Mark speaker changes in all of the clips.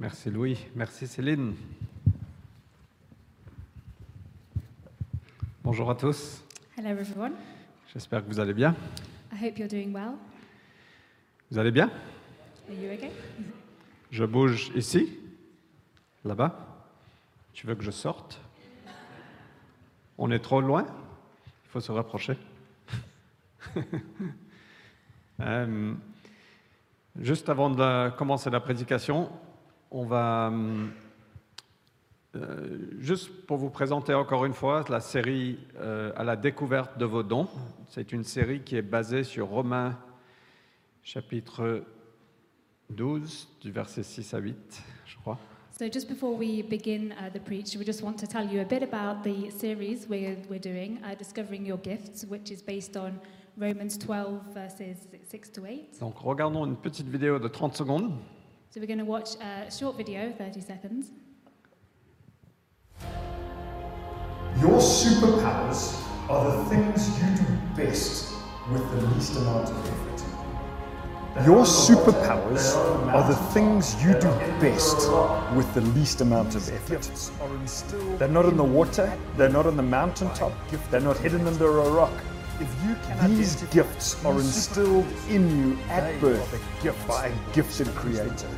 Speaker 1: Merci Louis, merci Céline. Bonjour à tous,
Speaker 2: Hello, everyone.
Speaker 1: j'espère que vous allez bien.
Speaker 2: I hope you're doing well.
Speaker 1: Vous allez bien
Speaker 2: Are you okay?
Speaker 1: Je bouge ici, là-bas. Tu veux que je sorte On est trop loin Il faut se rapprocher. Euh, juste avant de la- commencer la prédication, on va euh, euh, juste pour vous présenter encore une fois la série euh, à la découverte de vos dons. C'est une série qui est basée sur Romains chapitre 12, du verset 6 à 8, je crois.
Speaker 2: So, just before we begin uh, the preach, we just want to tell you a bit about the series we're, we're doing, uh, Discovering Your Gifts, which is based on Romans 12, verses 6 to 8.
Speaker 1: Donc regardons une petite vidéo de 30 secondes.
Speaker 2: So, we're going to watch a short video, 30 seconds.
Speaker 3: Your superpowers are the things you do best with the least amount of effort. Your superpowers are the things you do best with the least amount of effort. They're not in the water, they're not on the mountaintop, they're not hidden under a rock. These gifts are instilled in you at birth by a gifted creator.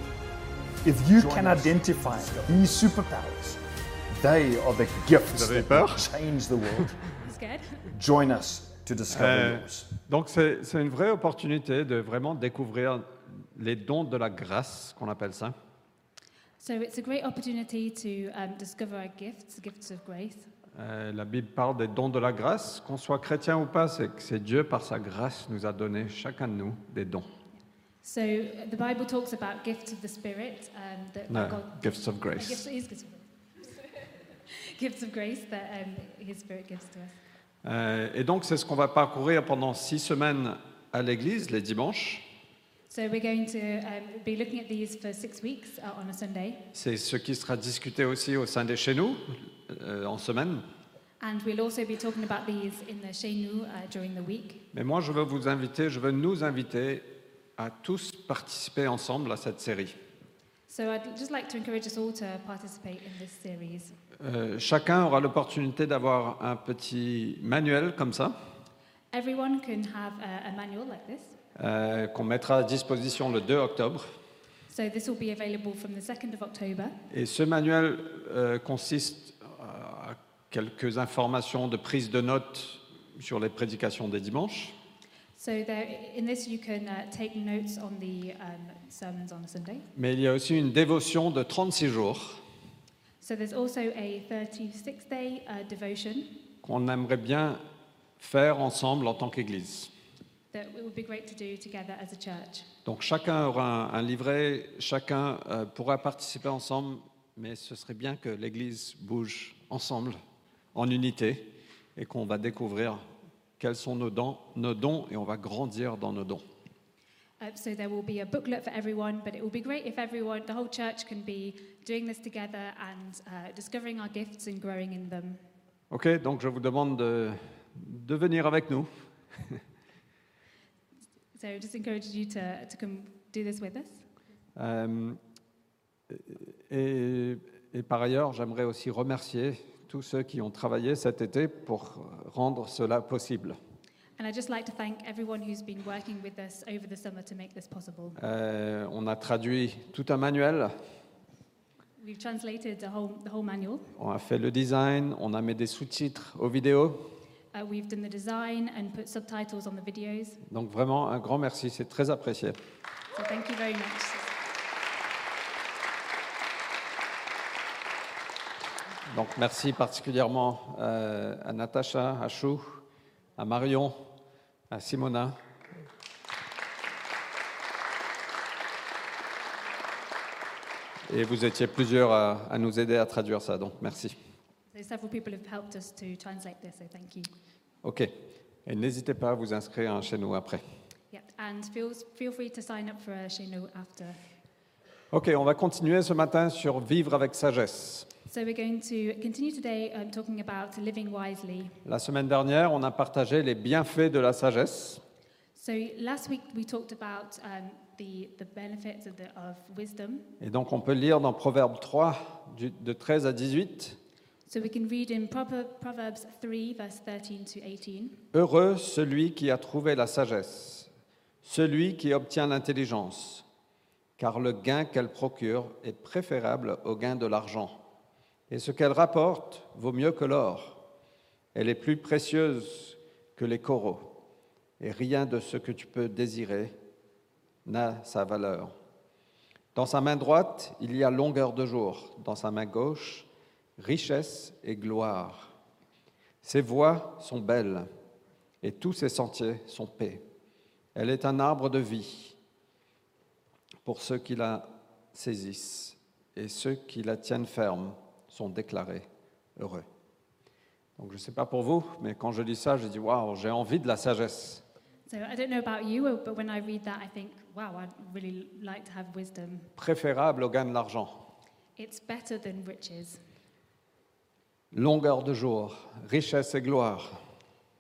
Speaker 3: If you can identify these superpowers, they are the gifts
Speaker 1: Vous avez
Speaker 3: that
Speaker 1: peur?
Speaker 3: will change the world.
Speaker 2: You scared?
Speaker 3: Join us to discover
Speaker 1: Euh,
Speaker 3: yours.
Speaker 1: donc c'est c'est une vraie opportunité de vraiment découvrir les dons de la grâce, qu'on appelle ça.
Speaker 2: So, it's a great opportunity to um, discover our gifts, gifts of grace.
Speaker 1: Euh, la Bible parle des dons de la grâce. Qu'on soit chrétien ou pas, c'est que c'est Dieu, par sa grâce, nous a donné chacun de nous des dons.
Speaker 2: So, uh, the Bible talks about gifts of the Spirit um, that
Speaker 1: No,
Speaker 2: God
Speaker 1: gifts of
Speaker 2: Uh, Gifts,
Speaker 1: grace.
Speaker 2: it is gifts of grace. Gifts of grace that um, His Spirit gives to us.
Speaker 1: Euh, et donc c'est ce qu'on va parcourir pendant six semaines à l'église, les dimanches.
Speaker 2: So we're going to um, be looking at these for six weeks uh, on a Sunday,
Speaker 1: C'est ce qui sera discuté aussi au sein des chez nous, euh, en semaine.
Speaker 2: and we'll also be talking about these in the Sheinu uh, during the week.
Speaker 1: Mais moi, je veux vous inviter, je veux nous inviter à tous participer ensemble à cette série.
Speaker 2: So I'd just like to encourage us all to participate in this series.
Speaker 1: Euh, chacun aura l'opportunité d'avoir un petit manuel comme ça,
Speaker 2: Everyone can have a, a manual like this.
Speaker 1: euh, qu'on mettra à disposition le 2 octobre.
Speaker 2: So this will be available from the 2nd of October.
Speaker 1: Et ce manuel euh, consiste euh, à quelques informations de prise de notes sur les prédications des dimanches,
Speaker 2: So there, in this you can uh, take notes on the um, sermons on a Sunday.
Speaker 1: mais il y a aussi une dévotion de 36 jours
Speaker 2: So there's also a 36-day uh, devotion
Speaker 1: qu'on aimerait bien faire ensemble en tant qu'Église.
Speaker 2: that it would be great to do together as a church.
Speaker 1: Donc chacun aura un, un livret, chacun euh, pourra participer ensemble, mais ce serait bien que l'Église bouge ensemble, en unité, et qu'on va découvrir quels sont nos dons, nos dons et on va grandir dans nos dons.
Speaker 2: Uh, so there will be a booklet for everyone, but it will be great if everyone, the whole church, can be doing this together and uh, discovering our gifts and growing in them.
Speaker 1: Ok, donc je vous demande de, de venir avec nous.
Speaker 2: So I just encourage you to, to come do this with us.
Speaker 1: Euh, et, et par ailleurs, j'aimerais aussi remercier tous ceux qui ont travaillé cet été pour rendre cela possible.
Speaker 2: And I'd just like to thank everyone who's been working with us over the summer to make this possible.
Speaker 1: Euh, on a traduit tout un manuel
Speaker 2: We've translated the whole, the whole manual.
Speaker 1: On a fait le design, on a mis des sous-titres aux vidéos.
Speaker 2: Uh, we've done the design and put subtitles on the videos.
Speaker 1: Donc vraiment un grand merci, c'est très apprécié.
Speaker 2: So thank you very much.
Speaker 1: Donc merci particulièrement euh, à Natacha, à Chou, à Marion, à Simona. Et vous étiez plusieurs à, à nous aider à traduire ça, donc merci.
Speaker 2: So several people have helped us to translate this, so thank you.
Speaker 1: Ok. Et n'hésitez pas à vous inscrire hein, chez nous après.
Speaker 2: Yep, and feel, feel free to sign up for a Shino after.
Speaker 1: Ok, on va continuer ce matin sur vivre avec sagesse.
Speaker 2: So we're going to continue today um, talking about living wisely.
Speaker 1: La semaine dernière, on a partagé les bienfaits de la sagesse.
Speaker 2: So last week we talked about um, the, the benefits of, the, of wisdom.
Speaker 1: Et donc on peut lire dans Proverbe 3, du- de 13 à 18,
Speaker 2: So we can read in Prover- Proverbs 3, verse 13 to 18.
Speaker 1: Heureux celui qui a trouvé la sagesse, celui qui obtient l'intelligence, car le gain qu'elle procure est préférable au gain de l'argent, et ce qu'elle rapporte vaut mieux que l'or. Elle est plus précieuse que les coraux, et rien de ce que tu peux désirer n'a sa valeur. Dans sa main droite, il y a longueur de jour, dans sa main gauche, richesse et gloire. Ses voies sont belles et tous ses sentiers sont paix. Elle est un arbre de vie pour ceux qui la saisissent et ceux qui la tiennent ferme sont déclarés heureux. Donc je ne sais pas pour vous, mais quand je lis ça, je dis waouh, j'ai envie de la sagesse.
Speaker 2: So I don't know about you, uh, but when I read that, I think, wow, I'd really like to have wisdom.
Speaker 1: Préférable au gain de l'argent.
Speaker 2: It's better than riches.
Speaker 1: Longueur de jour, richesse et gloire.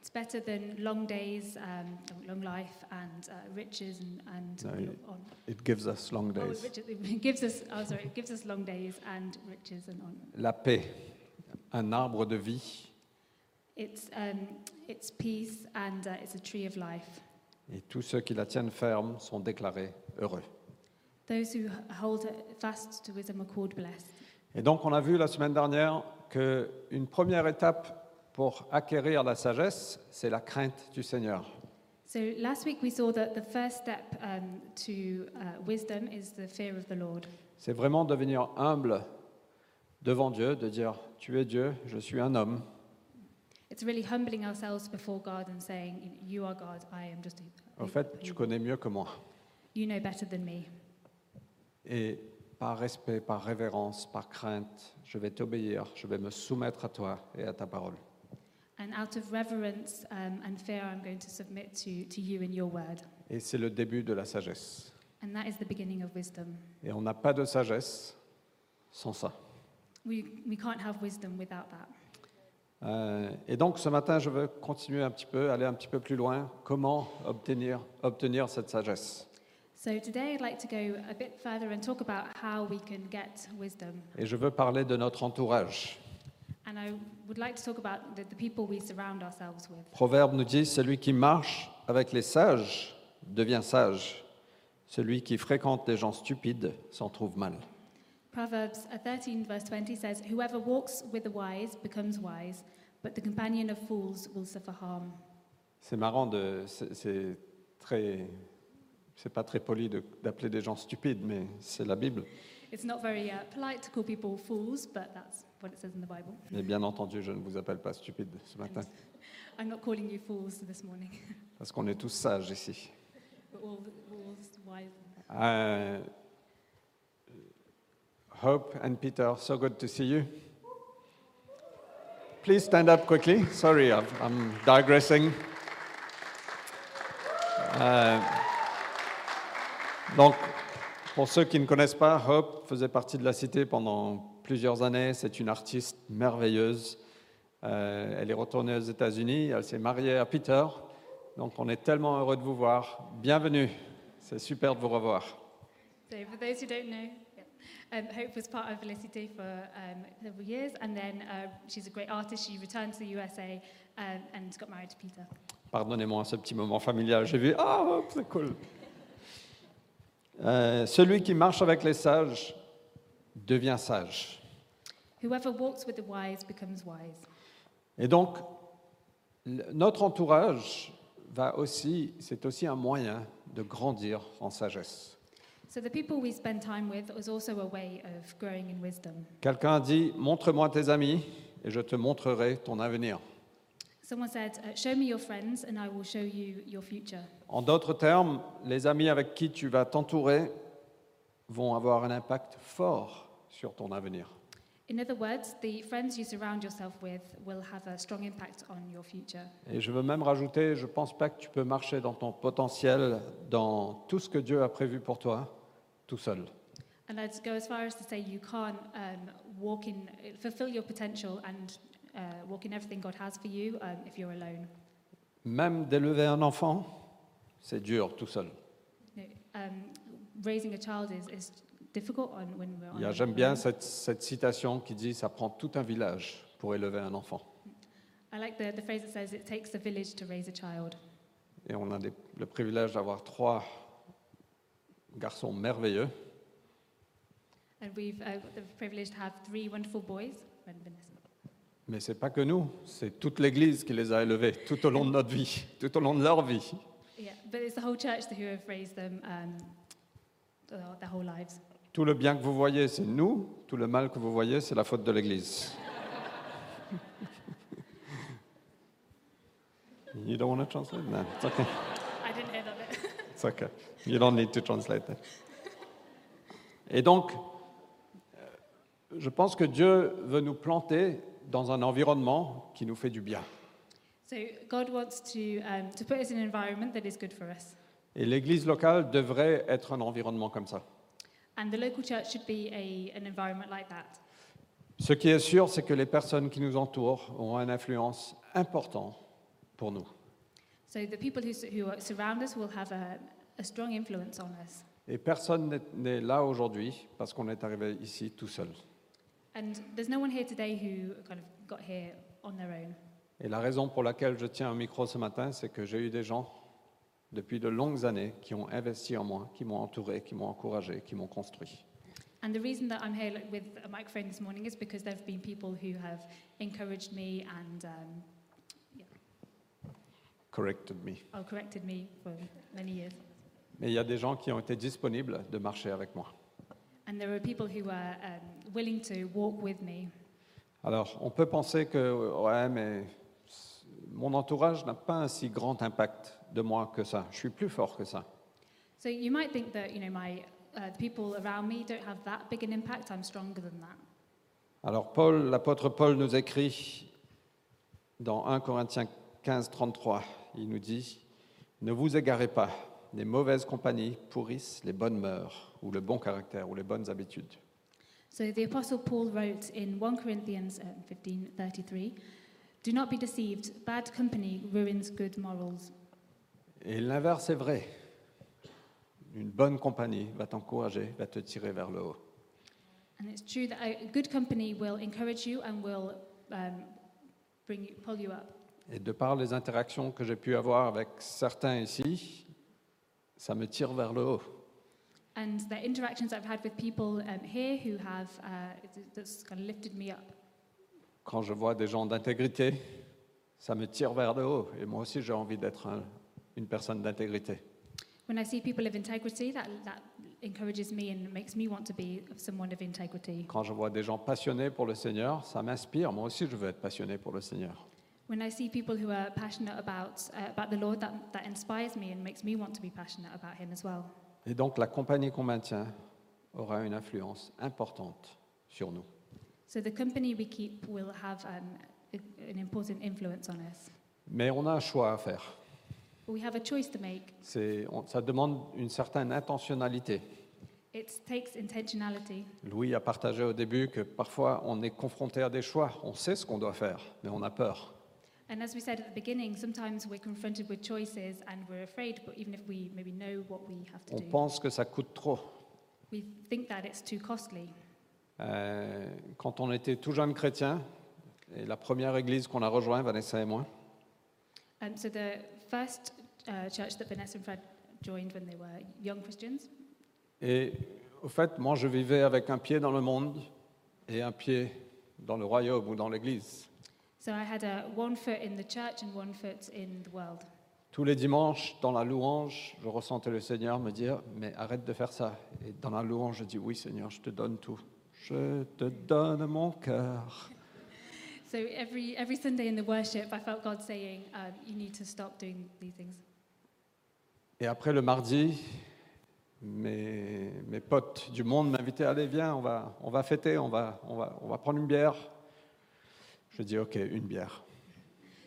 Speaker 2: It's better than long days, um, long life, and uh, riches, and, and
Speaker 1: No,
Speaker 2: you know, on.
Speaker 1: It gives us long
Speaker 2: Oh,
Speaker 1: days.
Speaker 2: riches, it gives us. Oh, sorry, it gives us long days and riches and on.
Speaker 1: La paix, un arbre de vie
Speaker 2: It's um, it's peace and uh, it's a tree of life.
Speaker 1: et tous ceux qui la tiennent ferme sont déclarés heureux.
Speaker 2: Those who h- hold fast to wisdom are called blessed.
Speaker 1: Et donc, on a vu la semaine dernière qu'une première étape pour acquérir la sagesse, c'est la crainte du Seigneur.
Speaker 2: So last week we saw that the first step um, to uh, wisdom is the fear of the Lord.
Speaker 1: C'est vraiment devenir humble devant Dieu, de dire Tu es Dieu, je suis un homme,
Speaker 2: It's really humbling ourselves before God and saying, "You are God. I am just." A,
Speaker 1: au fait, tu connais mieux que moi.
Speaker 2: You know better than me.
Speaker 1: Et par respect, par révérence, par crainte, je vais t'obéir, je vais me soumettre à toi et à ta parole.
Speaker 2: And out of reverence um, and fear, I'm going to submit to, to you and your word.
Speaker 1: Et c'est le début de la sagesse.
Speaker 2: And that is the beginning of wisdom.
Speaker 1: Et on n'a pas de sagesse sans ça.
Speaker 2: We, we can't have wisdom without that.
Speaker 1: Euh, et donc ce matin, je veux continuer un petit peu, aller un petit peu plus loin. Comment obtenir, obtenir cette sagesse
Speaker 2: So today I'd like to go a bit further and talk about how we can get wisdom.
Speaker 1: Et je veux parler de notre entourage.
Speaker 2: And I would like to talk about the, the people we surround ourselves with.
Speaker 1: Proverbe nous dit, celui qui marche avec les sages devient sage. Celui qui fréquente les gens stupides s'en trouve mal.
Speaker 2: Proverbs uh, 13, verse 20 says, Whoever walks with the wise becomes wise, but the companion of fools will suffer harm.
Speaker 1: C'est marrant, de, c'est, c'est très, c'est pas très poli de- d'appeler des gens stupides, mais c'est la Bible.
Speaker 2: It's not very uh, polite to call people fools, but that's what it says in the Bible.
Speaker 1: Mais bien entendu, je ne vous appelle pas stupide ce matin,
Speaker 2: I'm not calling you fools this morning.
Speaker 1: parce qu'on est tous sages ici.
Speaker 2: We're all, we're all wise.
Speaker 1: Uh, Hope and Peter, so good to see you. Please stand up quickly. Sorry, I'm, I'm digressing. Euh, donc, pour ceux qui ne connaissent pas, Hope faisait partie de la cité pendant plusieurs années. C'est une artiste merveilleuse. Euh, elle est retournée aux États-Unis. Elle s'est mariée à Peter. Donc, on est tellement heureux de vous voir. Bienvenue. C'est super de vous revoir.
Speaker 2: So, for those who don't know, yeah, um, Hope was part of Felicity for um, several years, and then uh, she's a great artist. She returned to the USA um, and got married to Peter.
Speaker 1: Pardonnez-moi ce petit moment familial. J'ai vu, ah, hop, c'est cool. Euh, celui qui marche avec les sages devient sage.
Speaker 2: Whoever walks with the wise becomes wise.
Speaker 1: Et donc, le- notre entourage va aussi, c'est aussi un moyen de grandir en sagesse.
Speaker 2: So, the people we spend time with is also a way of growing in wisdom.
Speaker 1: Quelqu'un a dit, montre-moi tes amis et je te montrerai ton avenir.
Speaker 2: Someone said, uh, Show me your friends, and I will show you your future.
Speaker 1: En d'autres termes, les amis avec qui tu vas t'entourer vont avoir un impact fort sur ton avenir.
Speaker 2: In other words, the friends you surround yourself with will have a strong impact on your future.
Speaker 1: Et je veux même rajouter, je ne pense pas que tu peux marcher dans ton potentiel, dans tout ce que Dieu a prévu pour toi, tout seul.
Speaker 2: And I'd go as far as to say you can't um, walk in, fulfill your potential and uh, walk in everything God has for you um, if you're alone.
Speaker 1: Même d'élever un enfant, c'est dur tout seul.
Speaker 2: No, um, raising a child is, is difficult on when we're on Um,
Speaker 1: Il y a-
Speaker 2: our
Speaker 1: J'aime bien
Speaker 2: own.
Speaker 1: cette, cette citation qui dit Ça prend tout un village pour élever un enfant.
Speaker 2: I like the, the phrase that says it takes a village to raise a child.
Speaker 1: Et on a des- le privilège d'avoir trois garçons merveilleux
Speaker 2: And we've uh, got the privilege to have three wonderful boys. and Vanessa.
Speaker 1: Mais c'est pas que nous, c'est toute l'Église qui les a élevés tout au long de notre vie, tout au long de leur vie.
Speaker 2: Yeah, but it's the whole church who have raised them um, their- their whole lives.
Speaker 1: Tout le bien que vous voyez, c'est nous. Tout le mal que vous voyez, c'est la faute de l'Église. You don't want to translate? No, it's okay.
Speaker 2: I didn't hear that bit.
Speaker 1: It's okay. You don't need to translate that. Et donc, euh, je pense que Dieu veut nous planter dans un environnement qui nous fait du bien.
Speaker 2: So God wants to um, to put us in an environment that is good for us,
Speaker 1: Et l'Église locale devrait être un environnement comme ça.
Speaker 2: and the local church should be a, an environment like that.
Speaker 1: Ce qui est sûr, c'est que les personnes qui nous entourent ont une influence importante pour nous.
Speaker 2: So the people who, s- who are- surround us will have a, a strong influence on us,
Speaker 1: Et personne n'est- n'est là aujourd'hui parce qu'on est arrivé ici tout seul.
Speaker 2: and there's no one here today who kind of got here on their own.
Speaker 1: Et la raison pour laquelle je tiens un micro ce matin, c'est que j'ai eu des gens depuis de longues années qui ont investi en moi, qui m'ont entouré, qui m'ont encouragé, qui m'ont construit.
Speaker 2: And the reason that I'm here like, with a microphone this morning is because there have been people who have encouraged me and um,
Speaker 1: Corrected me.
Speaker 2: oh, corrected me for many years.
Speaker 1: Mais il y a des gens qui ont été disponibles de marcher avec moi.
Speaker 2: And there are people who are um, willing to walk with me.
Speaker 1: Alors, on peut penser que, ouais, mais mon entourage n'a pas un si grand impact de moi que ça. Je suis plus fort que ça.
Speaker 2: So you might think that you know my uh, the people around me don't have that big an impact. I'm stronger than that.
Speaker 1: Alors Paul, l'apôtre Paul nous écrit dans 1 Corinthiens 15, 33, il nous dit, Ne vous égarez pas, les mauvaises compagnies pourrissent les bonnes mœurs, ou le bon caractère, ou les bonnes habitudes.
Speaker 2: So the apostle Paul wrote in 1 Corinthians 15:33, "Do not be deceived. Bad company ruins good morals."
Speaker 1: Et l'inverse est vrai. Une bonne compagnie va t'encourager, va te tirer vers le haut.
Speaker 2: And it's true that a good company will encourage you and will um, bring you, pull you up.
Speaker 1: Et de par les interactions que j'ai pu avoir avec certains ici, ça me tire vers le haut.
Speaker 2: And the interactions I've had with people um, here who have uh, that's kind of lifted me up.
Speaker 1: Quand je vois des gens d'intégrité, ça me tire vers le haut. Et moi aussi, j'ai envie d'être un- une personne d'intégrité.
Speaker 2: When I see people of integrity, that, that encourages me and makes me want to be someone of integrity.
Speaker 1: Quand je vois des gens passionnés pour le Seigneur, ça m'inspire. Moi aussi, je veux être passionné pour le Seigneur.
Speaker 2: When I see people who are passionate about, uh, about the Lord, that, that inspires me and makes me want to be passionate about Him as well.
Speaker 1: Et donc, la compagnie qu'on maintient aura une influence importante sur nous.
Speaker 2: So the company we keep will have um, a- an important influence on us.
Speaker 1: Mais on a un choix à faire.
Speaker 2: But we have a choice to make.
Speaker 1: C'est- on- ça demande une certaine intentionnalité.
Speaker 2: It takes intentionality.
Speaker 1: Louis a partagé au début que parfois on est confronté à des choix, on sait ce qu'on doit faire, mais on a peur.
Speaker 2: And as we said at the beginning, sometimes we're confronted with choices and we're afraid, but even if we maybe know what we have to
Speaker 1: On
Speaker 2: do,
Speaker 1: pense que ça coûte trop.
Speaker 2: we think that it's too costly.
Speaker 1: Euh, quand on était tout jeune chrétien, et la première église qu'on a rejointe, Vanessa et moi,
Speaker 2: Um, so the first uh, church that Vanessa and Fred joined when they were young Christians,
Speaker 1: et au fait, moi je vivais avec un pied dans le monde et un pied dans le royaume ou dans l'église.
Speaker 2: so I had uh, one foot in the church and one foot in the world.
Speaker 1: Tous les dimanches, dans la louange, je ressentais le Seigneur me dire Mais arrête de faire ça. Et dans la louange, je dis Oui, Seigneur, je te donne tout. Je te donne mon cœur.
Speaker 2: So every, every Sunday in the worship, I felt God saying, um, You need to stop doing these things.
Speaker 1: Et après le mardi, mes, mes potes du monde m'invitaient Allez, viens, on va, on va fêter, on va, on, va, on va prendre une bière. Je dis Ok, une bière.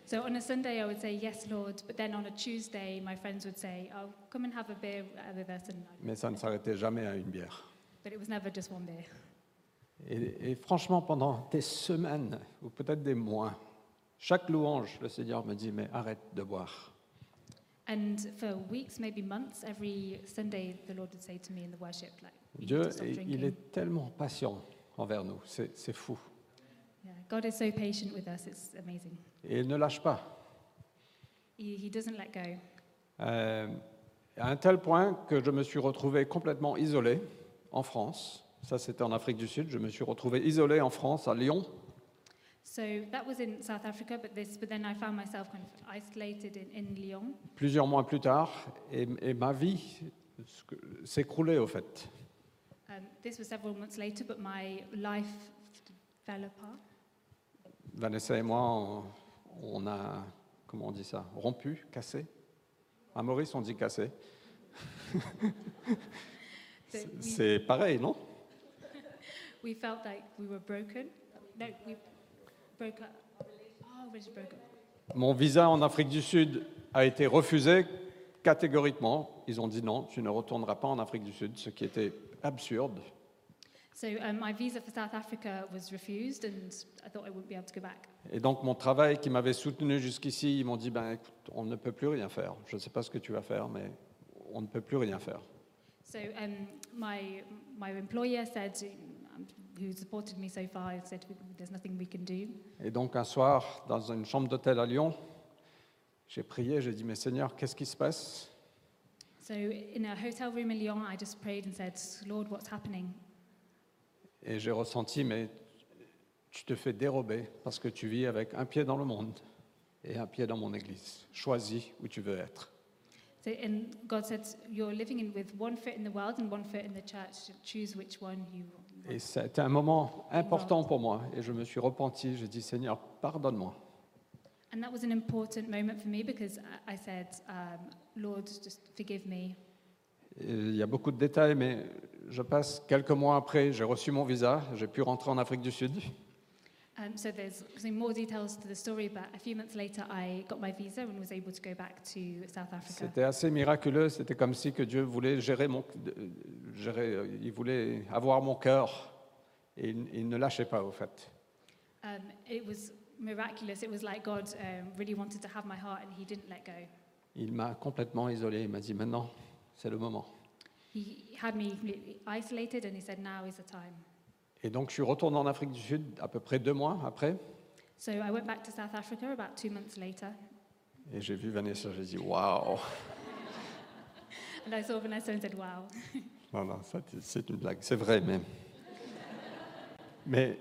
Speaker 2: So on a Sunday, I would say, Yes, Lord. But then on a Tuesday, my friends would say, Oh, come and have a beer with us. And I'd-
Speaker 1: Mais ça ne s'arrêtait jamais à une bière.
Speaker 2: But it was never just one beer.
Speaker 1: Et, et franchement, pendant des semaines, ou peut-être des mois, chaque louange, le Seigneur me dit Mais arrête de boire.
Speaker 2: And for weeks, maybe months, every Sunday, the Lord would say to me in the worship, like, you
Speaker 1: Dieu,
Speaker 2: need to stop
Speaker 1: il- il
Speaker 2: drinking.
Speaker 1: est tellement patient envers nous, c'est c'est fou.
Speaker 2: Yeah, God is so patient with us, it's amazing.
Speaker 1: Et il ne lâche pas.
Speaker 2: He, he doesn't let go.
Speaker 1: Euh, à un tel point que je me suis retrouvé complètement isolé en France. Ça, c'était en Afrique du Sud. Je me suis retrouvé isolé en France, à Lyon.
Speaker 2: So that was in South Africa, but this, but then I found myself kind of isolated in, in Lyon.
Speaker 1: Plusieurs mois plus tard, et, et ma vie ce que- s'écroulait au fait.
Speaker 2: Um, this was several months later, but my life fell apart.
Speaker 1: Vanessa et moi, on, on a, comment on dit ça, rompu, cassé. À Maurice, on dit cassé.
Speaker 2: That
Speaker 1: C'est-
Speaker 2: we,
Speaker 1: C'est pareil, non
Speaker 2: we felt like we were broken. No, we broke up. Oh, we just broke up.
Speaker 1: Mon visa en Afrique du Sud a été refusé catégoriquement. Ils ont dit non, tu ne retourneras pas en Afrique du Sud, ce qui était absurde.
Speaker 2: So um, my visa for South Africa was refused, and I thought I wouldn't be able to go back.
Speaker 1: Et donc mon travail qui m'avait soutenu jusqu'ici, ils m'ont dit, ben, écoute, on ne peut plus rien faire. Je ne sais pas ce que tu vas faire, mais on ne peut plus rien faire.
Speaker 2: So um, my my employer said, um, who supported me so far, said there's nothing we can do.
Speaker 1: Et donc un soir, dans une chambre d'hôtel à Lyon, j'ai prié, j'ai dit, mais Seigneur, qu'est-ce qui se passe
Speaker 2: So in a hotel room in Lyon, I just prayed and said, Lord, what's happening?
Speaker 1: Et j'ai ressenti, mais tu te fais dérober parce que tu vis avec un pied dans le monde et un pied dans mon église. Choisis où tu veux être.
Speaker 2: So and God said, you're living in with one foot in the world and one foot in the church. Choose which one you. you
Speaker 1: Et
Speaker 2: want.
Speaker 1: c'était un moment important pour moi. Et je me suis repenti. J'ai dit, Seigneur, pardonne-moi.
Speaker 2: And that was an important moment for me because I- I said, um, Lord, just forgive me.
Speaker 1: Et Il y a beaucoup de détails, mais je passe quelques mois après, j'ai reçu mon visa, j'ai pu rentrer en Afrique du Sud.
Speaker 2: Um, so there's some more details to the story, but a few months later, I got my visa and was able to go back to South Africa.
Speaker 1: C'était assez miraculeux. C'était comme si que Dieu voulait gérer mon, euh, gérer, euh, il voulait avoir mon cœur. Et il, il ne lâchait pas, au fait.
Speaker 2: Um, it was miraculous. It was like God um, really wanted to have my heart and he didn't let go.
Speaker 1: Il m'a complètement isolé. Il m'a dit maintenant, c'est le moment.
Speaker 2: He had me completely isolated and he said, now is the time.
Speaker 1: Et donc, je suis retourné en Afrique du Sud à peu près deux mois après.
Speaker 2: So I went back to South Africa about two months later
Speaker 1: Et j'ai vu Vanessa. J'ai dit waouh.
Speaker 2: and I saw Vanessa and said, wow.
Speaker 1: Non, non, ça, t- c'est une blague, c'est vrai même. Mais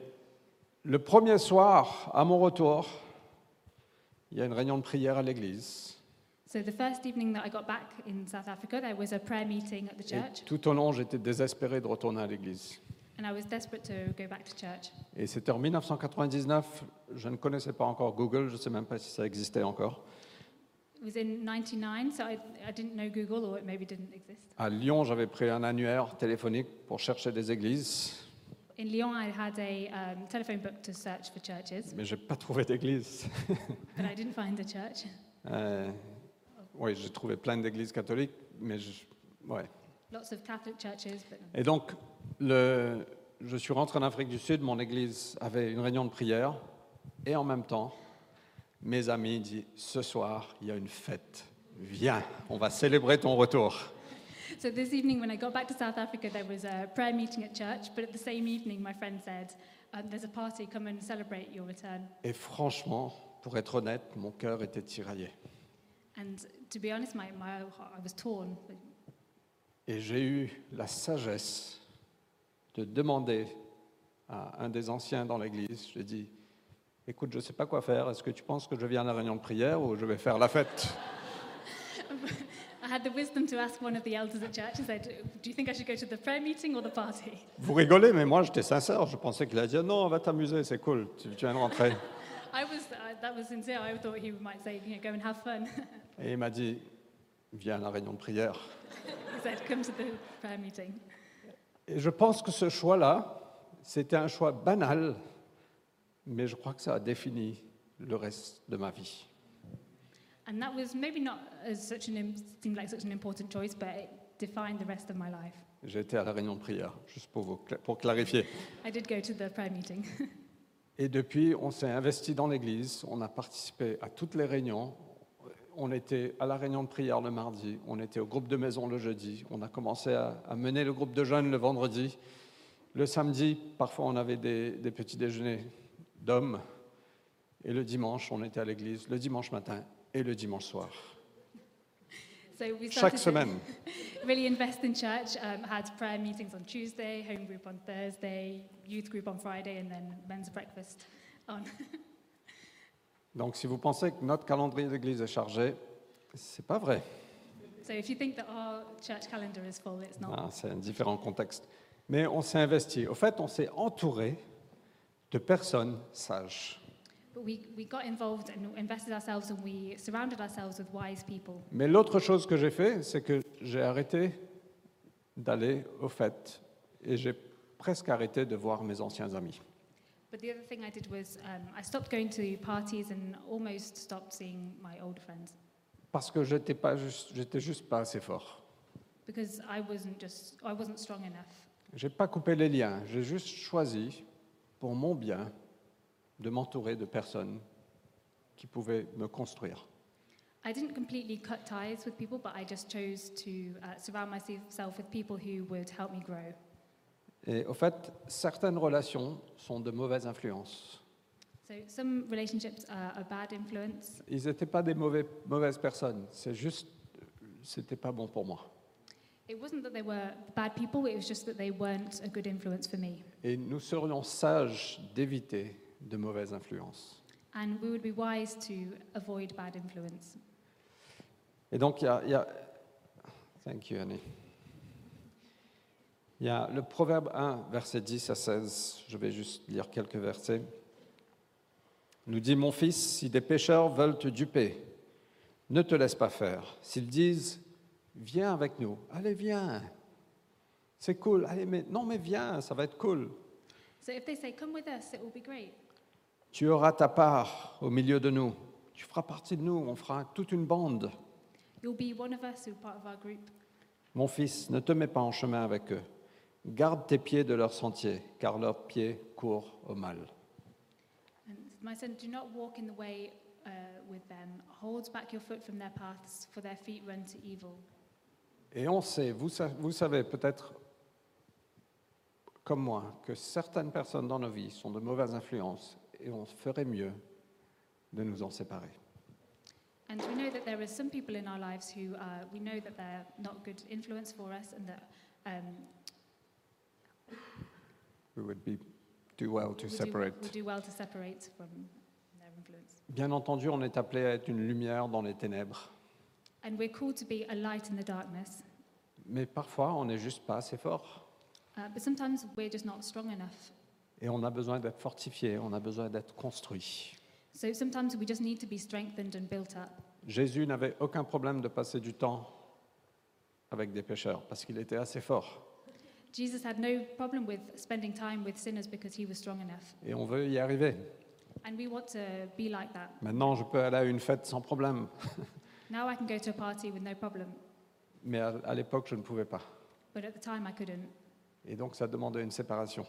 Speaker 1: le premier soir, à mon retour, il y a une réunion de prière à l'église.
Speaker 2: So the first evening that I got back in South Africa, there was a prayer meeting at the
Speaker 1: Et
Speaker 2: church
Speaker 1: tout au long, j'étais désespéré de retourner à l'église.
Speaker 2: and I was desperate to go back to church.
Speaker 1: Et c'était en 1999, je ne connaissais pas encore Google, je ne sais même pas si ça existait encore.
Speaker 2: It was in 99, so I, I didn't know Google or it maybe didn't exist.
Speaker 1: À Lyon, j'avais pris un annuaire téléphonique pour chercher des églises,
Speaker 2: In Lyon, I had a um, telephone book to search for churches,
Speaker 1: mais je n'ai pas trouvé d'église.
Speaker 2: but I didn't find a church.
Speaker 1: Euh, oui, j'ai trouvé plein d'églises catholiques, mais je, ouais.
Speaker 2: Lots of Catholic churches, but
Speaker 1: Et donc, le- je suis rentré en Afrique du Sud, mon église avait une réunion de prière, et en même temps, mes amis disent, ce soir, il y a une fête, viens, on va célébrer ton retour.
Speaker 2: So this evening, when I got back to South Africa, there was a prayer meeting at church. But at the same evening, my friend said, um, "There's a party. Come and celebrate your return."
Speaker 1: Et franchement, pour être honnête, mon cœur était tiraillé.
Speaker 2: And to be honest, my, my I was torn.
Speaker 1: Et j'ai eu la sagesse de demander à un des anciens dans l'église, j'ai dit, écoute, je ne sais pas quoi faire, est-ce que tu penses que je viens à la réunion de prière ou je vais faire la fête
Speaker 2: I had the wisdom to ask one of the elders at church and said, "Do you think I should go to the prayer meeting or the party?"
Speaker 1: Vous rigolez, mais moi j'étais sincère. Je pensais qu'il allait dire non, va t'amuser, c'est cool, tu, tu viens de rentrer.
Speaker 2: I was uh, that was sincere. I thought he might say, "You know, go and have fun."
Speaker 1: Et il m'a dit viens à la réunion de prière.
Speaker 2: he said, "Come to the prayer meeting."
Speaker 1: Et je pense que ce choix-là, c'était un choix banal, mais je crois que ça a défini le reste de ma vie.
Speaker 2: And that was maybe not as such an im- seemed like such an important choice, but it defined the rest of my life.
Speaker 1: J'ai été à la réunion de prière, juste pour, vous cla- pour clarifier.
Speaker 2: I did go to the prayer meeting.
Speaker 1: Et depuis, on s'est investi dans l'Église, on a participé à toutes les réunions. on était à la réunion de prière le mardi, on était au groupe de maison le jeudi, on a commencé à, à mener le groupe de jeunes le vendredi. Le samedi, parfois, on avait des, des petits déjeuners d'hommes. Et le dimanche, on était à l'église, le dimanche matin et le dimanche soir.
Speaker 2: So we
Speaker 1: Chaque
Speaker 2: started
Speaker 1: semaine.
Speaker 2: to really invest in church, um, had prayer meetings on Tuesday, home group on Thursday, youth group on Friday, and then men's breakfast on
Speaker 1: Donc, si vous pensez que notre calendrier d'église est chargé, c'est pas vrai.
Speaker 2: So if you think that our church calendar is full, it's not.
Speaker 1: Ah, c'est un différent contexte. Mais on s'est investi. Au fait, on s'est entouré de personnes sages.
Speaker 2: But we, we got involved and invested ourselves and we surrounded ourselves with wise people.
Speaker 1: Mais l'autre chose que j'ai fait, c'est que j'ai arrêté d'aller aux fêtes et j'ai presque arrêté de voir mes anciens amis.
Speaker 2: But the other thing I did was um, I stopped going to parties and almost stopped seeing my old friends
Speaker 1: Parce que j'étais pas juste, j'étais juste pas assez fort.
Speaker 2: because I wasn't just I wasn't strong enough.
Speaker 1: J'ai pas coupé les liens. J'ai juste choisi, pour mon bien, de m'entourer de personnes qui pouvaient me construire.
Speaker 2: I didn't completely cut ties with people, but I just chose to uh, surround myself with people who would help me grow.
Speaker 1: Et au fait, certaines relations sont de mauvaises influences.
Speaker 2: So some relationships are a bad influence.
Speaker 1: Ils n'étaient pas des mauvais, mauvaises personnes. C'est juste, c'était pas bon pour moi.
Speaker 2: It wasn't that they were bad people; it was just that they weren't a good influence for me.
Speaker 1: Et nous serions sages d'éviter de mauvaises influences.
Speaker 2: And we would be wise to avoid bad influence.
Speaker 1: Et donc, il y a. il y a- Thank you, Annie. Il y a le Proverbe 1, verset 10 à 16. Je vais juste lire quelques versets. Nous dit Mon fils, si des pécheurs veulent te duper, ne te laisse pas faire. S'ils disent Viens avec nous, allez, viens. C'est cool, allez, mais non, mais viens, ça va être cool.
Speaker 2: So if they say, come with us, it will be great.
Speaker 1: Tu auras ta part au milieu de nous. Tu feras partie de nous, on fera toute une bande.
Speaker 2: You'll be one of us, you're part of our group.
Speaker 1: Mon fils, ne te mets pas en chemin avec eux. Garde tes pieds de leur sentier, car leurs pieds courent au mal.
Speaker 2: And my son, do not walk in the way uh, with them. Hold back your foot from their paths, for their feet run to evil.
Speaker 1: Et on sait, vous, sa- vous savez peut-être comme moi, que certaines personnes dans nos vies sont de mauvaises influences et on ferait mieux de nous en séparer.
Speaker 2: And we know that there are some people in our lives who uh, we know that they're not good influence for us and that um,
Speaker 1: We would be do well to
Speaker 2: we, do, we
Speaker 1: separate.
Speaker 2: do well to separate from their influence.
Speaker 1: Bien entendu, on est appelé à être une lumière dans les ténèbres,
Speaker 2: And we're called to be a light in the darkness,
Speaker 1: mais parfois on n'est juste pas assez fort.
Speaker 2: uh, but sometimes we're just not strong enough
Speaker 1: Et on a besoin d'être fortifié, on a besoin d'être construit.
Speaker 2: So sometimes we just need to be strengthened and built up.
Speaker 1: Jésus n'avait aucun problème de passer du temps avec des pécheurs parce qu'il était assez fort.
Speaker 2: Jesus had no problem with spending time with sinners because he was strong enough.
Speaker 1: Et on veut y arriver.
Speaker 2: And we want to be like that.
Speaker 1: Maintenant, je peux aller à une fête sans problème,
Speaker 2: Now I can go to a party with no problem,
Speaker 1: mais à, à l'époque, je ne pouvais pas.
Speaker 2: but at the time I couldn't.
Speaker 1: Et donc, ça demandait une séparation.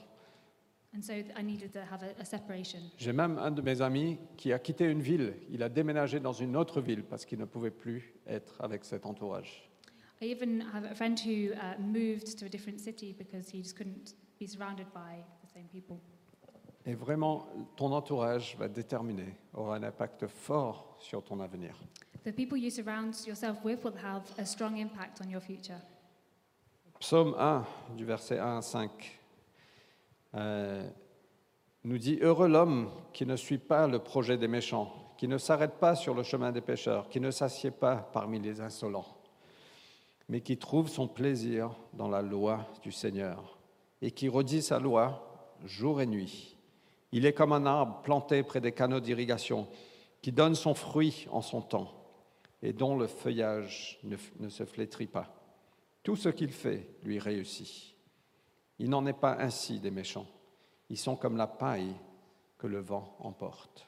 Speaker 2: And so I needed to have a, a separation.
Speaker 1: J'ai même un de mes amis qui a quitté une ville. Il a déménagé dans une autre ville parce qu'il ne pouvait plus être avec cet entourage.
Speaker 2: I even have a friend who uh, moved to a different city because he just couldn't be surrounded by the same people.
Speaker 1: Et vraiment, ton entourage va déterminer, aura un impact fort sur ton avenir.
Speaker 2: The people you surround yourself with will have a strong impact on your future.
Speaker 1: Psaume 1, du verset 1 à 5, euh, nous dit Heureux l'homme qui ne suit pas le projet des méchants, qui ne s'arrête pas sur le chemin des pécheurs, qui ne s'assied pas parmi les insolents, mais qui trouve son plaisir dans la loi du Seigneur et qui redit sa loi jour et nuit. Il est comme un arbre planté près des canaux d'irrigation, qui donne son fruit en son temps et dont le feuillage ne- ne se flétrit pas. Tout ce qu'il fait lui réussit. Il n'en est pas ainsi des méchants. Ils sont comme la paille que le vent emporte.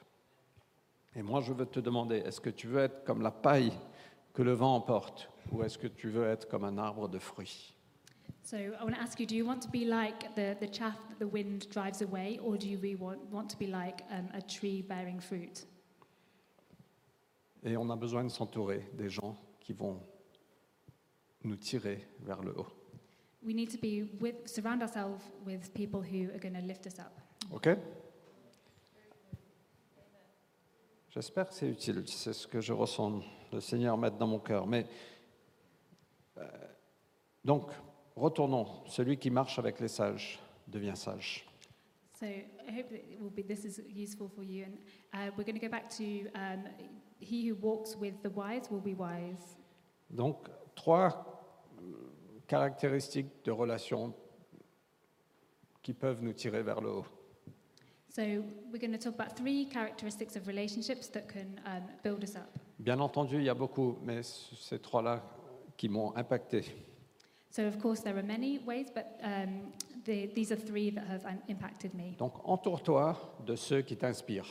Speaker 1: Et moi, je veux te demander, est-ce que tu veux être comme la paille que le vent emporte ou est-ce que tu veux être comme un arbre de fruits
Speaker 2: So I want to ask you, do you want to be like the, the chaff that the wind drives away, or do you really want, want to be like um, a tree bearing fruit?
Speaker 1: Et on a besoin de s'entourer des gens qui vont nous tirer vers le haut.
Speaker 2: We need to be with, surround ourselves with people who are going to lift us up.
Speaker 1: OK J'espère que c'est utile. C'est ce que je ressens. Le Seigneur mettre dans mon cœur. Mais euh, donc, retournons. Celui qui marche avec les sages devient sage.
Speaker 2: So I hope that it will be, this is useful for you. And uh, we're going to go back to um, he who walks with the wise will be wise.
Speaker 1: Donc, trois euh, caractéristiques de relations qui peuvent nous tirer vers le haut.
Speaker 2: So we're going to talk about three characteristics of relationships that can um, build us up.
Speaker 1: Bien entendu, il y a beaucoup, mais c- ces trois-là qui m'ont impacté.
Speaker 2: So of course there are many ways, but um, the, these are three that have um, impacted me.
Speaker 1: Donc, entoure-toi de ceux qui t'inspirent.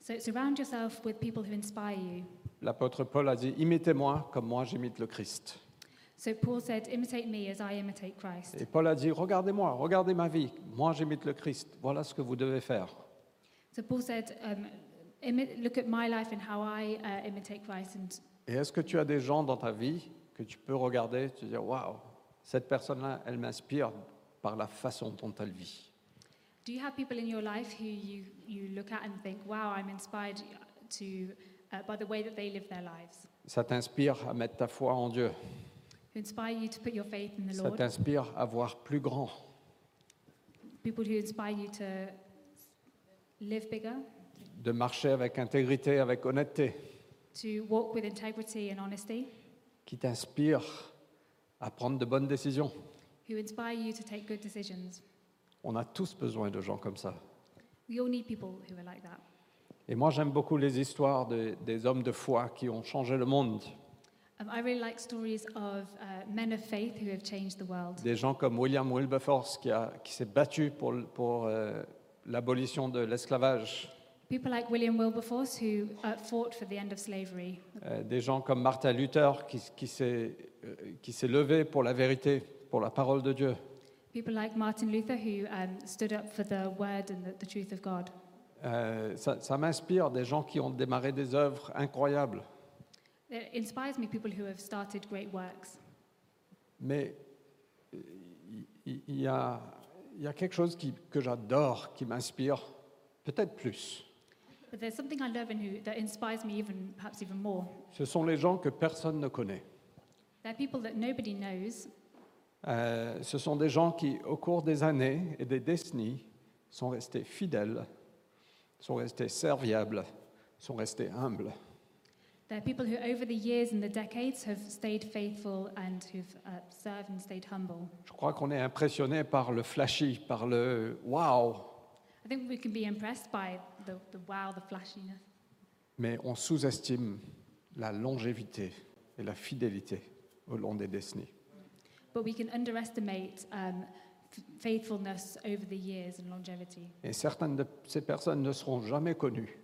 Speaker 2: So surround yourself with people who inspire you.
Speaker 1: L'apôtre Paul a dit Imitez-moi comme moi j'imite le Christ.
Speaker 2: So Paul said, "Imitate me as I imitate Christ."
Speaker 1: Et Paul a dit Regardez-moi, regardez ma vie, moi j'imite le Christ. Voilà ce que vous devez faire.
Speaker 2: So Paul said, um, "Imi- "Look at my life and how I uh, imitate Christ." And
Speaker 1: Et est-ce que tu as des gens dans ta vie que tu peux regarder, te dire Waouh, cette personne-là, elle m'inspire par la façon dont elle vit
Speaker 2: do you have people in your life who you, you look at and think, "Wow, I'm inspired to uh, by the way that they live their lives"?
Speaker 1: Ça t'inspire à mettre ta foi en Dieu.
Speaker 2: Who inspire you to put your faith in the
Speaker 1: Ça
Speaker 2: Lord?
Speaker 1: t'inspire à voir plus grand.
Speaker 2: People who inspire you to live bigger,
Speaker 1: de marcher avec intégrité, avec honnêteté,
Speaker 2: to walk with integrity and honesty,
Speaker 1: qui t'inspire à prendre de bonnes décisions.
Speaker 2: who inspire you to take good decisions.
Speaker 1: On a tous besoin de gens comme ça.
Speaker 2: We all need people who are like that.
Speaker 1: Et moi, j'aime beaucoup les histoires de- des hommes de foi qui ont changé le monde.
Speaker 2: Um, I really like stories of uh, men of faith who have changed the world.
Speaker 1: Des gens comme William Wilberforce qui, a- qui s'est battu pour, l- pour, euh, l'abolition de l'esclavage.
Speaker 2: People like William Wilberforce who uh, fought for the end of slavery.
Speaker 1: Euh, des gens comme Martin Luther qui, qui s'est euh, qui s'est levé pour la vérité, pour la parole de Dieu.
Speaker 2: People like Martin Luther who um, stood up for the word and the, the truth of God.
Speaker 1: Euh, ça ça m'inspire des gens qui ont démarré des œuvres incroyables.
Speaker 2: It inspires me people who have started great works.
Speaker 1: Mais euh, il il y, a, il y a quelque chose qui- que j'adore, qui m'inspire, peut-être plus.
Speaker 2: But there's something I love and who, that inspires me even perhaps even more.
Speaker 1: Ce sont les gens que personne ne connaît.
Speaker 2: They're people that nobody knows.
Speaker 1: Euh, ce sont des gens qui, au cours des années et des décennies, sont restés fidèles, sont restés serviables, sont restés humbles.
Speaker 2: They're people who over the years and the decades have stayed faithful and who've uh, served and stayed humble.
Speaker 1: Je crois qu'on est impressionné par le flashy, par le wow,
Speaker 2: I think we can be impressed by the, the wow, the flashiness.
Speaker 1: mais on sous-estime la longévité et la fidélité au long des décennies.
Speaker 2: But we can underestimate um, f- faithfulness over the years and longevity.
Speaker 1: Et certaines de ces personnes ne seront jamais connues.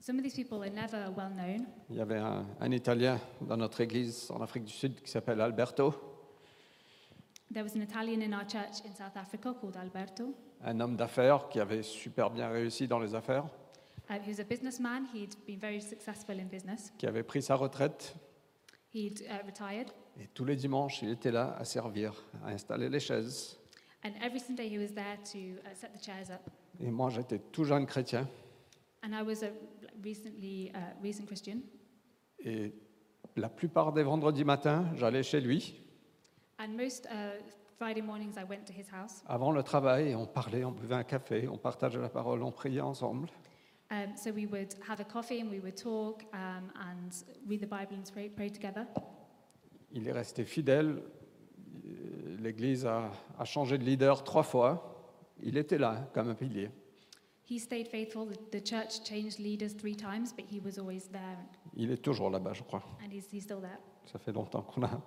Speaker 2: Some of these people are never well known.
Speaker 1: Il y avait un, un Italien dans notre église en Afrique du Sud qui s'appelle Alberto,
Speaker 2: There was an Italian in our church in South Africa called Alberto,
Speaker 1: un homme d'affaires qui avait super bien réussi dans les affaires,
Speaker 2: uh, who's a businessman. He'd been very successful in business.
Speaker 1: qui avait pris sa retraite.
Speaker 2: He'd uh, retired,
Speaker 1: Et tous les dimanches, il était là à servir, à installer les chaises.
Speaker 2: and every Sunday he was there to uh, set the chairs up.
Speaker 1: Et moi, j'étais tout jeune chrétien.
Speaker 2: And I was a recently uh, recent Christian.
Speaker 1: Et la plupart des vendredis matins, j'allais chez lui
Speaker 2: And most uh, Friday mornings, I went to his house.
Speaker 1: avant le travail. Et on parlait, on buvait un café, on partageait la parole, on priait ensemble.
Speaker 2: Um, so we would have a coffee and we would talk um, and read the Bible and pray, pray together.
Speaker 1: Il est resté fidèle. Euh, L'Église a, a changé de leader trois fois. Il était là comme un pilier.
Speaker 2: He stayed faithful. The, the church changed leaders three times, but he was always there
Speaker 1: Il est toujours là-bas, je crois.
Speaker 2: and he's, he's still there.
Speaker 1: Ça fait longtemps qu'on a.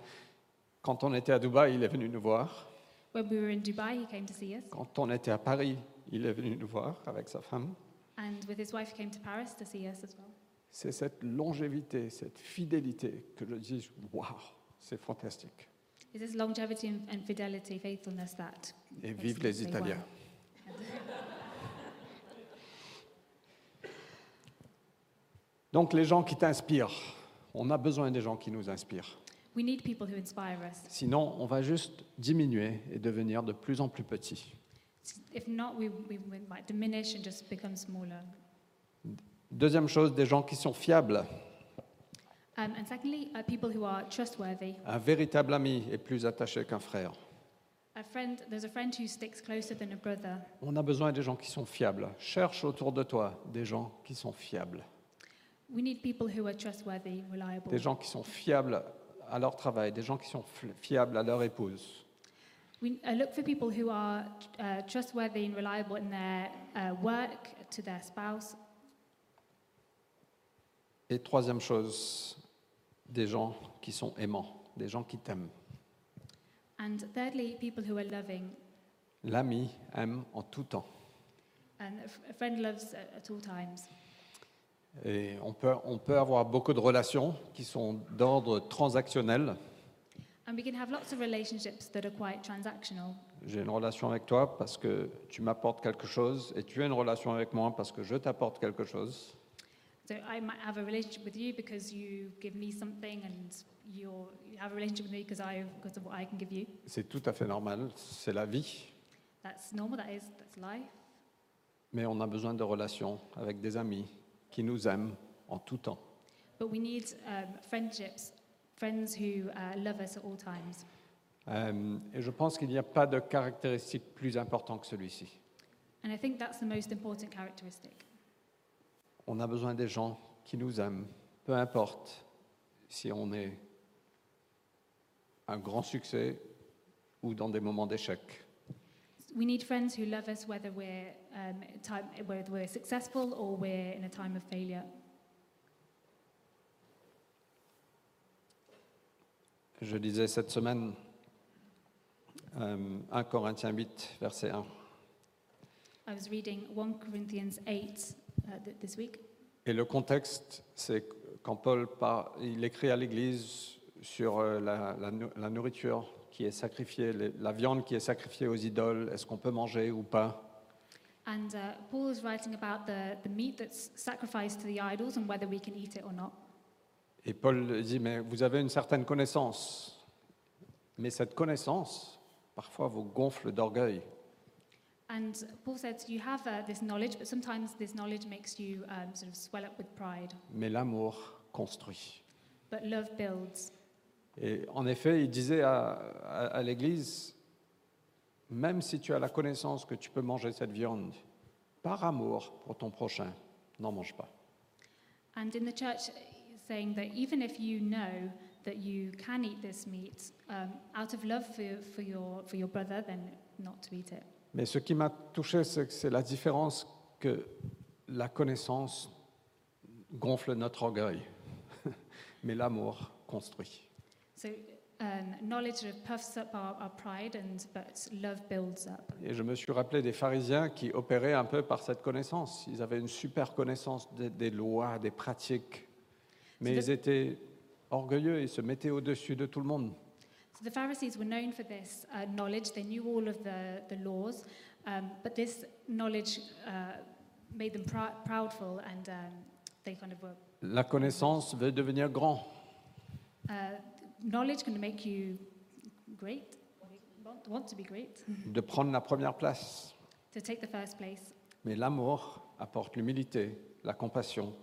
Speaker 1: Quand on était à Dubaï, il est venu nous voir.
Speaker 2: When we were in Dubai, he came to see us.
Speaker 1: Quand on était à Paris, il est venu nous voir avec sa femme.
Speaker 2: And with his wife, he came to Paris to see us as well.
Speaker 1: C'est cette longévité, cette fidélité que je dis waouh, c'est fantastique.
Speaker 2: It's this longevity and, and fidelity, faithfulness that.
Speaker 1: Et
Speaker 2: makes
Speaker 1: vive
Speaker 2: me
Speaker 1: les
Speaker 2: say,
Speaker 1: Italiens.
Speaker 2: "Wow."
Speaker 1: Donc les gens qui t'inspirent, on a besoin des gens qui nous inspirent.
Speaker 2: We need people who inspire us.
Speaker 1: Sinon, on va juste diminuer et devenir de plus en plus petit.
Speaker 2: If not, we, we, we might diminish and just become smaller.
Speaker 1: Deuxième chose, des gens qui sont fiables.
Speaker 2: Um, and secondly, uh, people who are trustworthy.
Speaker 1: Un véritable ami est plus attaché qu'un frère.
Speaker 2: A friend, there's a friend who sticks closer than a brother.
Speaker 1: On a besoin des gens qui sont fiables. Cherche autour de toi des gens qui sont fiables.
Speaker 2: We need people who are trustworthy, reliable.
Speaker 1: Des gens qui sont fiables à leur travail, des gens qui sont fl- fiables à leur épouse.
Speaker 2: We uh, look for people who are uh, trustworthy and reliable in their uh, work, to their spouse.
Speaker 1: Et troisième chose, des gens qui sont aimants, des gens qui t'aiment.
Speaker 2: And thirdly, people who are loving.
Speaker 1: L'ami aime en tout temps.
Speaker 2: And a f- a friend loves at, at all times.
Speaker 1: Et on peut, on peut avoir beaucoup de relations qui sont d'ordre transactionnel.
Speaker 2: And we can have lots of relationships that are quite transactional.
Speaker 1: J'ai une relation avec toi parce que tu m'apportes quelque chose et tu as une relation avec moi parce que je t'apporte quelque chose.
Speaker 2: So I might have a relationship with you because you give me something, and you're, you have a relationship with me because I because of what I can give you.
Speaker 1: C'est tout à fait normal, c'est la vie.
Speaker 2: That's normal. That is that's life.
Speaker 1: Mais on a besoin de relations avec des amis qui nous aiment en tout temps.
Speaker 2: But we need um, friendships, friends who uh, love us at all times.
Speaker 1: Euh, et je pense qu'il n'y a pas de caractéristique plus importante que celui-ci.
Speaker 2: And I think that's the most important characteristic.
Speaker 1: On a besoin des gens qui nous aiment, peu importe si on est un grand succès ou dans des moments d'échec.
Speaker 2: We need friends who love us whether we're um, time, whether we're successful or we're in a time of failure.
Speaker 1: Je disais cette semaine euh, 1 Corinthiens 8, verset 1.
Speaker 2: I was reading 1 Corinthians 8 uh, th- this week.
Speaker 1: Et le contexte, c'est quand Paul par- il écrit à l'Église sur euh, la, la nou- la nourriture qui est sacrifiée, les- la viande qui est sacrifiée aux idoles, est-ce qu'on peut manger ou pas
Speaker 2: And uh, Paul is writing about the, the meat that's sacrificed to the idols and whether we can eat it or not.
Speaker 1: Et Paul dit, mais vous avez une certaine connaissance, mais cette connaissance, parfois, vous gonfle d'orgueil.
Speaker 2: And Paul says, You have uh, this knowledge, but sometimes this knowledge makes you um, sort of swell up with pride.
Speaker 1: Mais l'amour construit.
Speaker 2: But love builds.
Speaker 1: Et en effet, il disait à, à- à l'Église, même si tu as la connaissance que tu peux manger cette viande, par amour pour ton prochain, n'en mange pas.
Speaker 2: And in the church, he's saying that even if you know that you can eat this meat um, out of love for, for, your, for your brother, then not to eat it.
Speaker 1: Mais ce qui m'a touché, c'est que c'est la différence que la connaissance gonfle notre orgueil, mais l'amour construit.
Speaker 2: So um, knowledge sort of puffs up our, our pride, and, but love builds up.
Speaker 1: Et je me suis rappelé des pharisiens qui opéraient un peu par cette connaissance. Ils avaient une super connaissance des, des lois, des pratiques, mais
Speaker 2: C'est
Speaker 1: ils étaient orgueilleux, ils se mettaient au-dessus de tout le monde.
Speaker 2: So the Pharisees were known for this uh, knowledge. They knew all of the, the laws, um, but this knowledge uh, made them prou- proudful and um, they kind of were.
Speaker 1: La connaissance veut devenir grand,
Speaker 2: Uh, knowledge can make you great, want, want to be great,
Speaker 1: de prendre la première place.
Speaker 2: to take the first place.
Speaker 1: Mais l'amour apporte l'humilité, la compassion,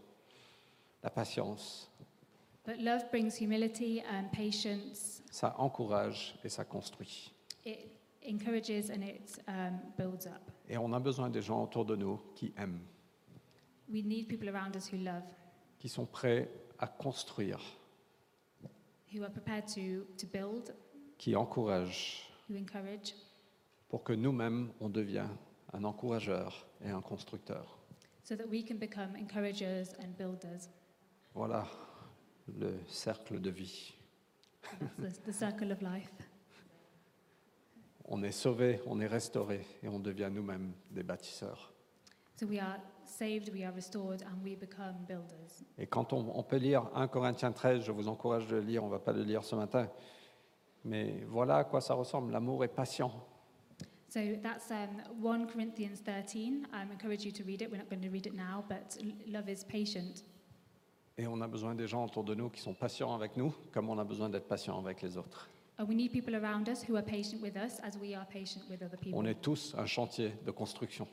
Speaker 1: la patience,
Speaker 2: But love brings humility and patience.
Speaker 1: ça encourage et ça construit.
Speaker 2: It encourages and it um, builds up.
Speaker 1: Et on a besoin des gens autour de nous qui aiment,
Speaker 2: We need people around us who love,
Speaker 1: qui sont prêts à construire,
Speaker 2: who are prepared to, to build,
Speaker 1: qui encouragent,
Speaker 2: who encourage,
Speaker 1: pour que nous-mêmes, on devienne un encourageur et un constructeur.
Speaker 2: so that we can become encouragers and builders.
Speaker 1: Voilà le cercle de vie.
Speaker 2: That's the, the circle of life.
Speaker 1: On est sauvé, on est restauré et on devient nous-mêmes des bâtisseurs.
Speaker 2: So we are saved, we are restored, and we become builders.
Speaker 1: Et quand on, on peut lire 1 Corinthiens 13, je vous encourage de le lire, on ne va pas le lire ce matin, mais voilà à quoi ça ressemble. L'amour est patient,
Speaker 2: So that's um, 1 Corinthians 13. I encourage you to read it. We're not going to read it now, but l- love is patient.
Speaker 1: Et on a besoin des gens autour de nous qui sont patients avec nous, comme on a besoin d'être patient avec les autres.
Speaker 2: And we need people around us who are patient with us as we are patient with other people.
Speaker 1: On est tous un chantier de construction.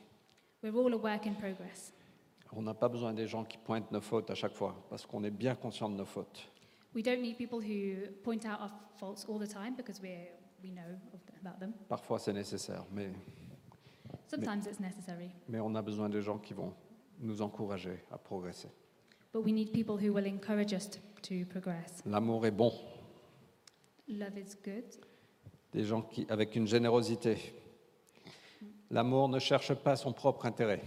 Speaker 2: We're all a work in progress.
Speaker 1: On n'a pas besoin des gens qui pointent nos fautes à chaque fois, parce qu'on est bien conscient de nos fautes.
Speaker 2: We don't need people who point out our faults all the time because we're, we know of th- about them.
Speaker 1: Parfois c'est nécessaire, mais,
Speaker 2: Sometimes it's necessary,
Speaker 1: mais on a besoin des gens qui vont nous encourager à progresser.
Speaker 2: but we need people who will encourage us to, to progress.
Speaker 1: L'amour est bon,
Speaker 2: Love is good.
Speaker 1: des gens qui, avec une générosité. L'amour ne cherche pas son propre intérêt.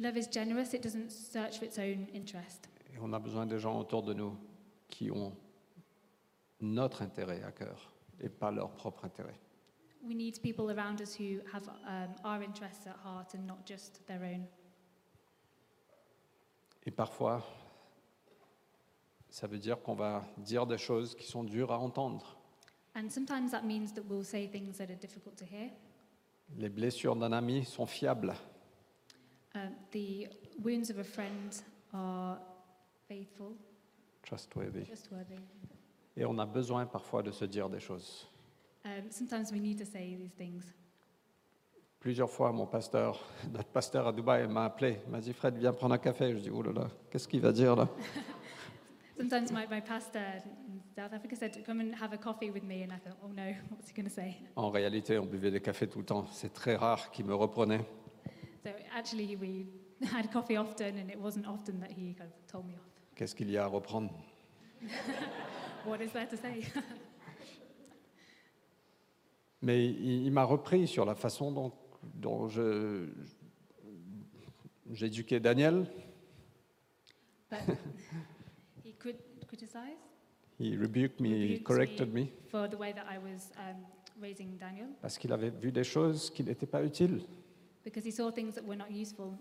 Speaker 2: Love is generous, it doesn't search for its own interest.
Speaker 1: Et on a besoin des gens autour de nous qui ont notre intérêt à cœur et pas leur propre intérêt.
Speaker 2: We need people around us who have um, our interests at heart and not just their own.
Speaker 1: Et parfois, ça veut dire qu'on va dire des choses qui sont dures à entendre.
Speaker 2: And sometimes that means that we'll say things that are difficult to hear.
Speaker 1: Les blessures d'un ami sont fiables.
Speaker 2: Um, the wounds of a friend are faithful,
Speaker 1: Trustworthy.
Speaker 2: trustworthy.
Speaker 1: Et on a besoin parfois de se dire des choses.
Speaker 2: Um, sometimes we need to say these things.
Speaker 1: Plusieurs fois, mon pasteur, notre pasteur à Dubaï m'a appelé, m'a dit Fred, viens prendre un café. Je dis oh là là, qu'est-ce qu'il va dire là
Speaker 2: Sometimes my, my pastor in South Africa said, Come and have a coffee with me. And I thought, Oh no, what's he going to say?
Speaker 1: En réalité, on buvait des cafés tout le temps. C'est très rare qu'il me reprenait.
Speaker 2: So actually, we had coffee often, and it wasn't often that he kind of told me off.
Speaker 1: Qu'est-ce qu'il y a à reprendre
Speaker 2: What is there to say?
Speaker 1: Mais il, il m'a repris sur la façon dont, dont je- j'éduquais Daniel.
Speaker 2: but he crit- criticized
Speaker 1: He rebuked me, he
Speaker 2: Rebuked
Speaker 1: corrected me,
Speaker 2: for the way that I was um, raising Daniel
Speaker 1: parce qu'il avait vu des choses qui n'étaient pas utiles.
Speaker 2: because he saw things that were not useful.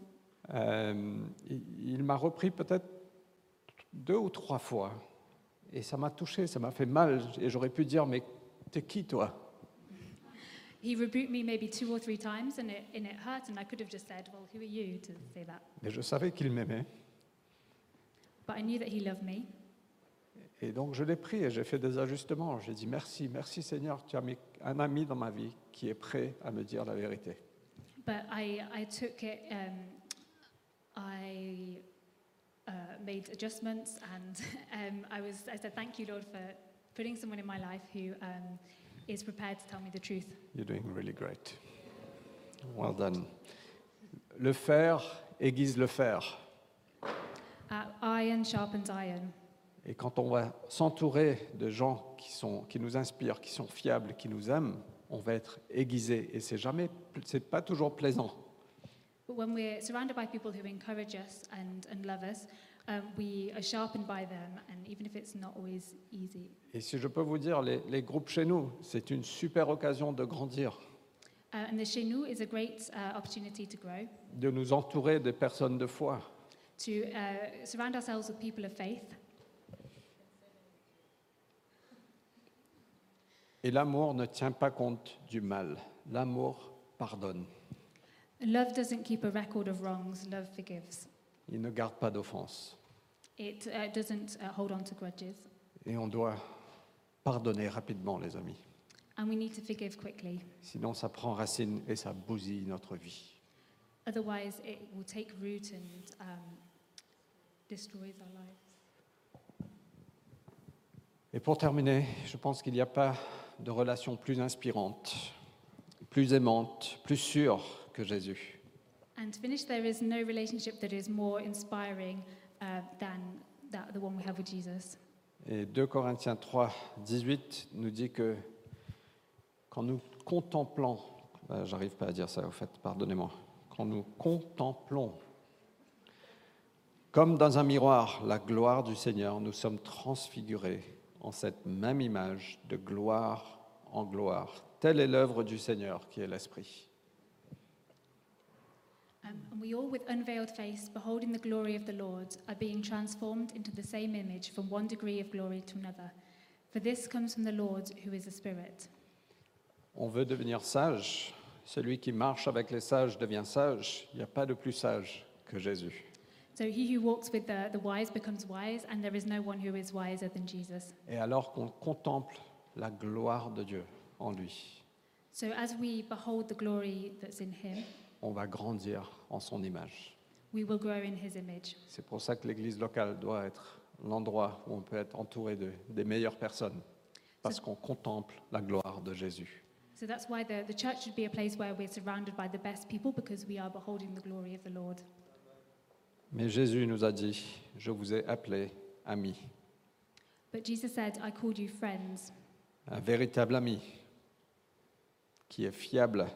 Speaker 1: Euh, il il m'a repris peut-être deux ou trois fois, et ça m'a touché, ça m'a fait mal, et j'aurais pu dire, mais t'es qui toi
Speaker 2: He rebuked me maybe two or three times, and it, and it hurt. And I could have just said, Well, who are you to say that?
Speaker 1: Mais je savais qu'il m'aimait,
Speaker 2: But I knew that he loved me.
Speaker 1: et donc je l'ai pris et j'ai fait des ajustements. J'ai dit, merci, merci Seigneur, tu as mis un ami dans ma vie qui est prêt à me dire la vérité.
Speaker 2: But I, I took it, um, I uh, made adjustments, and um, I was, I said, thank you, Lord, for putting someone in my life who um, is prepared to tell me the truth.
Speaker 1: You're doing really great. Well done. Le fer aiguise le fer.
Speaker 2: Uh, iron sharpens iron,
Speaker 1: Et quand on va s'entourer de gens qui, sont, qui nous inspirent, qui sont fiables, qui nous aiment, on va être aiguisé. Et c'est jamais, c'est pas toujours plaisant.
Speaker 2: but when we're surrounded by people who encourage us and, and love us, um, we are sharpened by them, and even if it's not always easy.
Speaker 1: Et si je peux vous dire, les, les groupes chez nous, c'est une super occasion de grandir,
Speaker 2: Uh, and the Shenu is a great uh, opportunity to grow,
Speaker 1: de nous entourer des personnes de foi.
Speaker 2: to uh, surround ourselves with people of faith.
Speaker 1: Et l'amour ne tient pas compte du mal. L'amour pardonne.
Speaker 2: Love doesn't keep a record of wrongs, love forgives.
Speaker 1: Il ne garde pas d'offense.
Speaker 2: It uh, doesn't uh, hold on to grudges,
Speaker 1: Et on doit pardonner rapidement, les amis.
Speaker 2: and we need to forgive quickly.
Speaker 1: Sinon, ça prend racine et ça bousille notre vie.
Speaker 2: Otherwise, it will take root and um, destroys our lives.
Speaker 1: Et pour terminer, je pense qu'il n'y a pas de relation plus inspirante, plus aimante, plus sûre que Jésus.
Speaker 2: And to finish, there is no relationship that is more inspiring uh, than that, the one we have with Jesus.
Speaker 1: Et 2 Corinthiens 3, 18 nous dit que quand nous contemplons, euh, j'arrive pas à dire ça au fait, pardonnez-moi, quand nous contemplons, comme dans un miroir, la gloire du Seigneur, nous sommes transfigurés en cette même image de gloire en gloire. Telle est l'œuvre du Seigneur qui est l'Esprit.
Speaker 2: Um, and we all, with unveiled face, beholding the glory of the Lord, are being transformed into the same image from one degree of glory to another. For this comes from the Lord, who is the Spirit.
Speaker 1: On veut devenir sage. Celui qui marche avec les sages devient sage. Il n'y a pas de plus sage que Jésus.
Speaker 2: So he who walks with the, the wise becomes wise, and there is no one who is wiser than Jesus.
Speaker 1: Et alors qu'on contemple la gloire de Dieu en lui,
Speaker 2: So as we behold the glory that's in him,
Speaker 1: on va grandir en son image.
Speaker 2: we will grow in his image.
Speaker 1: C'est pour ça que l'église locale doit être l'endroit où on peut être entouré de, des meilleures personnes, parce qu'on contemple la gloire de Jésus.
Speaker 2: So that's why the, the church should be a place where we're surrounded by the best people because we are beholding the glory of the Lord.
Speaker 1: Mais Jésus nous a dit, je vous ai appelés amis,
Speaker 2: But Jesus said, I called you friends,
Speaker 1: un véritable ami qui est fiable,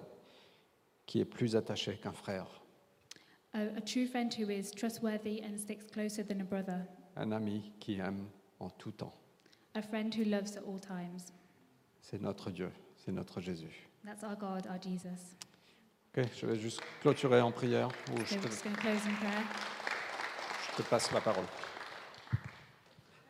Speaker 1: qui est plus attaché qu'un frère,
Speaker 2: a, a true friend who is trustworthy and sticks closer than a brother,
Speaker 1: un ami qui aime en tout temps.
Speaker 2: a friend who loves at all times.
Speaker 1: C'est notre Dieu, c'est notre Jésus.
Speaker 2: That's our God, our Jesus.
Speaker 1: Ok, je vais juste clôturer en prière ou
Speaker 2: So
Speaker 1: je
Speaker 2: we're
Speaker 1: te,
Speaker 2: just going to close in prayer.
Speaker 1: je te passe la parole.